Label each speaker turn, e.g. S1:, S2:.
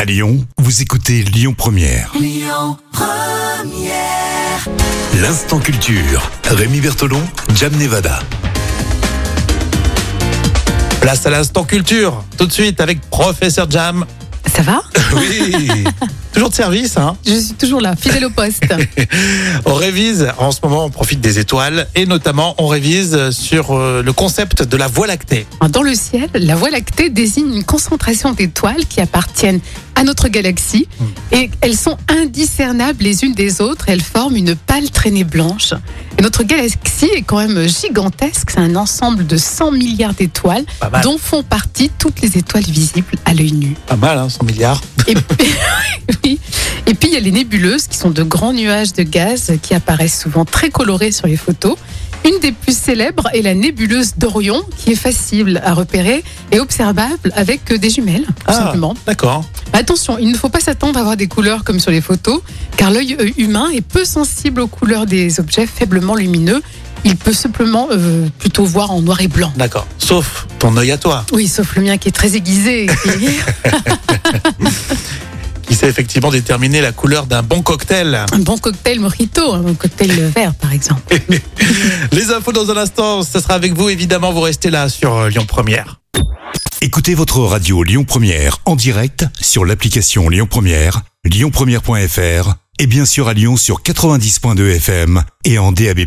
S1: À Lyon, vous écoutez Lyon Première. Lyon Première. L'instant culture. Rémi Bertolon, Jam Nevada.
S2: Place à l'instant culture, tout de suite avec Professeur Jam.
S3: Ça va
S2: Oui, toujours de service. Hein
S3: Je suis toujours là, fidèle au poste.
S2: on révise, en ce moment on profite des étoiles et notamment on révise sur euh, le concept de la Voie lactée.
S3: Dans le ciel, la Voie lactée désigne une concentration d'étoiles qui appartiennent à notre galaxie et elles sont indiscernables les unes des autres. Elles forment une pâle traînée blanche. Et notre galaxie est quand même gigantesque. C'est un ensemble de 100 milliards d'étoiles
S2: Pas mal,
S3: dont font partie toutes les étoiles visibles à l'œil nu.
S2: pas mal, hein, 100 milliards.
S3: Et puis, oui. Et puis, il y a les nébuleuses qui sont de grands nuages de gaz qui apparaissent souvent très colorés sur les photos. Une des plus célèbres est la nébuleuse d'Orion qui est facile à repérer et observable avec des jumelles, tout
S2: Ah.
S3: simplement.
S2: D'accord.
S3: Attention, il ne faut pas s'attendre à voir des couleurs comme sur les photos, car l'œil euh, humain est peu sensible aux couleurs des objets faiblement lumineux. Il peut simplement euh, plutôt voir en noir et blanc.
S2: D'accord. Sauf ton œil à toi,
S3: Oui, sauf le mien qui est très aiguisé. et qui-
S2: qui sait effectivement déterminer la couleur d'un bon cocktail.
S3: un bon cocktail mojito, hein, un bon cocktail vert par exemple.
S2: Les infos dans un instant, ça sera avec vous évidemment, vous restez là sur euh, Lyon Première.
S1: Écoutez votre radio Lyon Première en direct sur l'application Lyon Première, lyonpremière.fr et bien sûr à Lyon sur 90.2 FM et en DAB+.